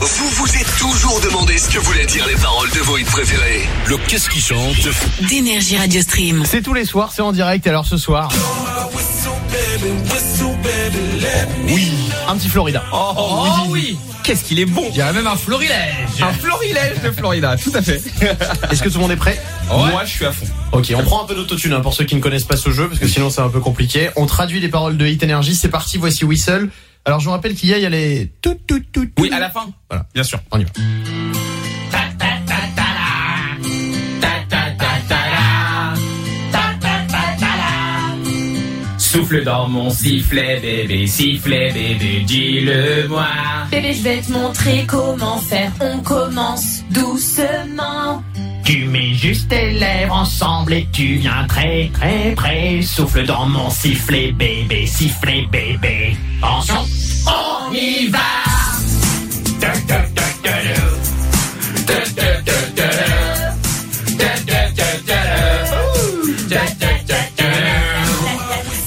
Vous vous êtes toujours demandé ce que voulaient dire les paroles de vos hits préférés. Le qu'est-ce qui chante d'énergie Radio Stream. C'est tous les soirs, c'est en direct. Alors ce soir, Oui. un petit Florida. Oh, oui. Qu'est-ce qu'il est bon Il y a même un florilège. Un florilège de Florida, tout à fait. Est-ce que tout le monde est prêt Moi, je suis à fond. Ok, on prend un peu d'autotune hein, pour ceux qui ne connaissent pas ce jeu, parce que sinon c'est un peu compliqué. On traduit les paroles de Hit Energy, c'est parti, voici Whistle. Alors je vous rappelle qu'il y a, il y a les... Tout, tout, tout, tout. Oui, à la fin. Voilà. Bien sûr. On y va. Souffle dans mon sifflet, bébé, sifflet, bébé, dis-le-moi. Bébé, je vais te montrer comment faire. On commence doucement. Tu mets juste tes lèvres ensemble et tu viens très très près. Souffle dans mon sifflet, bébé, sifflet, bébé. Attention, on y va.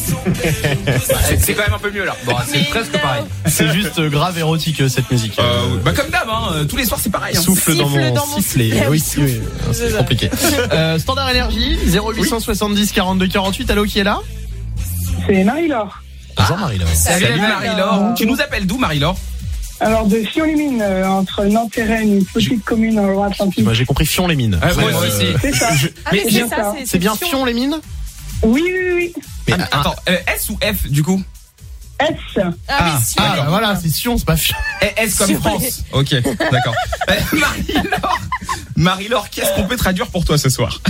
C'est- C'est quand même un peu mieux là. Bon, c'est presque pareil. C'est juste euh, grave érotique euh, cette musique. Euh, oui. bah comme d'hab, hein, euh, tous les soirs c'est pareil. hein. Souffle dans Siffle mon dans mon sifflet. sifflet. Oui, oui, oui. c'est compliqué. Euh, Standard énergie 0870 42 48. Allô, qui est là C'est Marie-Laure. Bonjour Marie. Ah. Salut, Marie-Laure. Tu nous appelles d'où Marie-Laure Alors, de Fiolimine, euh, entre Nantes et Rennes, une petite commune en Loire-Atlantique. Moi j'ai compris Fion les mines. Ah, moi Euh, aussi, C'est ça Je- Ah, mais mais j'ai- c'est ça, c'est C'est bien fiction. Fion les mines Oui, oui, oui. Mais, Ah, Attends, euh, S ou F du coup S. Ah, Ah, oui, si, Ah oui. bah voilà, c'est Sion, c'est pas Fion. Eh, S comme Sur France. Ok, d'accord. Euh, Marie-Laure, Marie-Laure, qu'est-ce qu'on peut traduire pour toi ce soir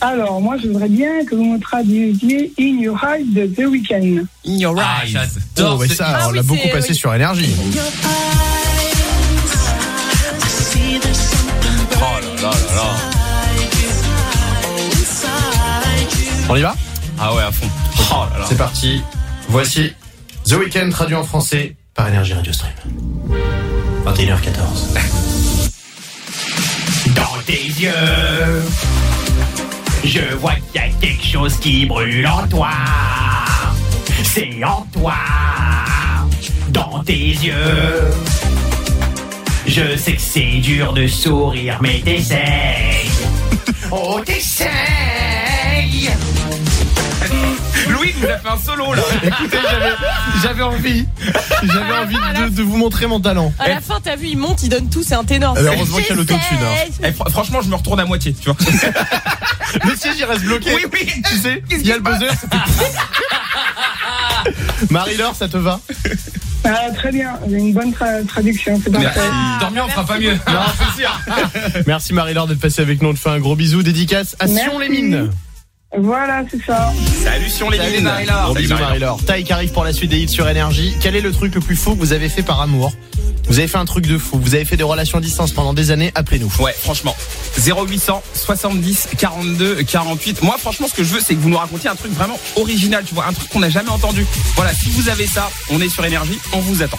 Alors, moi, je voudrais bien que vous me traduisiez In Your Eyes de The Weeknd. In your eyes. Oh, mais ça, Ah on oui, l'a c'est- beaucoup passé oui. sur énergie. Oh là là là là. On y va Ah ouais, à fond. Oh là là. C'est parti. Voici The Weeknd traduit en français par Énergie Radio Stream. 21h14. Dans tes yeux, je vois qu'il y a quelque chose qui brûle en toi. C'est en toi, dans tes yeux. Je sais que c'est dur de sourire, mais t'essayes. Oh, t'essayes. Louis nous a fait un solo là. Écoutez, j'avais, j'avais envie, j'avais envie de, de vous montrer mon talent. À Eh. la fin, t'as vu, il monte, il donne tout, c'est un ténor. Ah, mais heureusement qu'il y a l'autotune, hein. J'essaie. franchement, je me retourne à moitié, tu vois. Le siège, il reste bloqué. Oui, oui. Tu sais, il y a le buzzer. c'était- Marie-Laure, ça te va Ah, très bien, j'ai une bonne tra- traduction, c'est parfait. Tant mieux, on fera pas mieux. Non, c'est sûr. Merci Marie-Laure d'être passée avec nous. On te fait un gros bisou. Dédicace à Sion Merci. les mines. Voilà, c'est ça. Salut sur les Salut, Gros bisous, Marie-Laure. Taï qui arrive pour la suite des hits sur énergie. Quel est le truc le plus faux que vous avez fait par amour Vous avez fait un truc de fou. Vous avez fait des relations à distance pendant des années. Appelez-nous. Ouais, franchement. 0800 70 42 48. Moi, franchement, ce que je veux, c'est que vous nous racontiez un truc vraiment original, tu vois, un truc qu'on n'a jamais entendu. Voilà, si vous avez ça, on est sur énergie, on vous attend.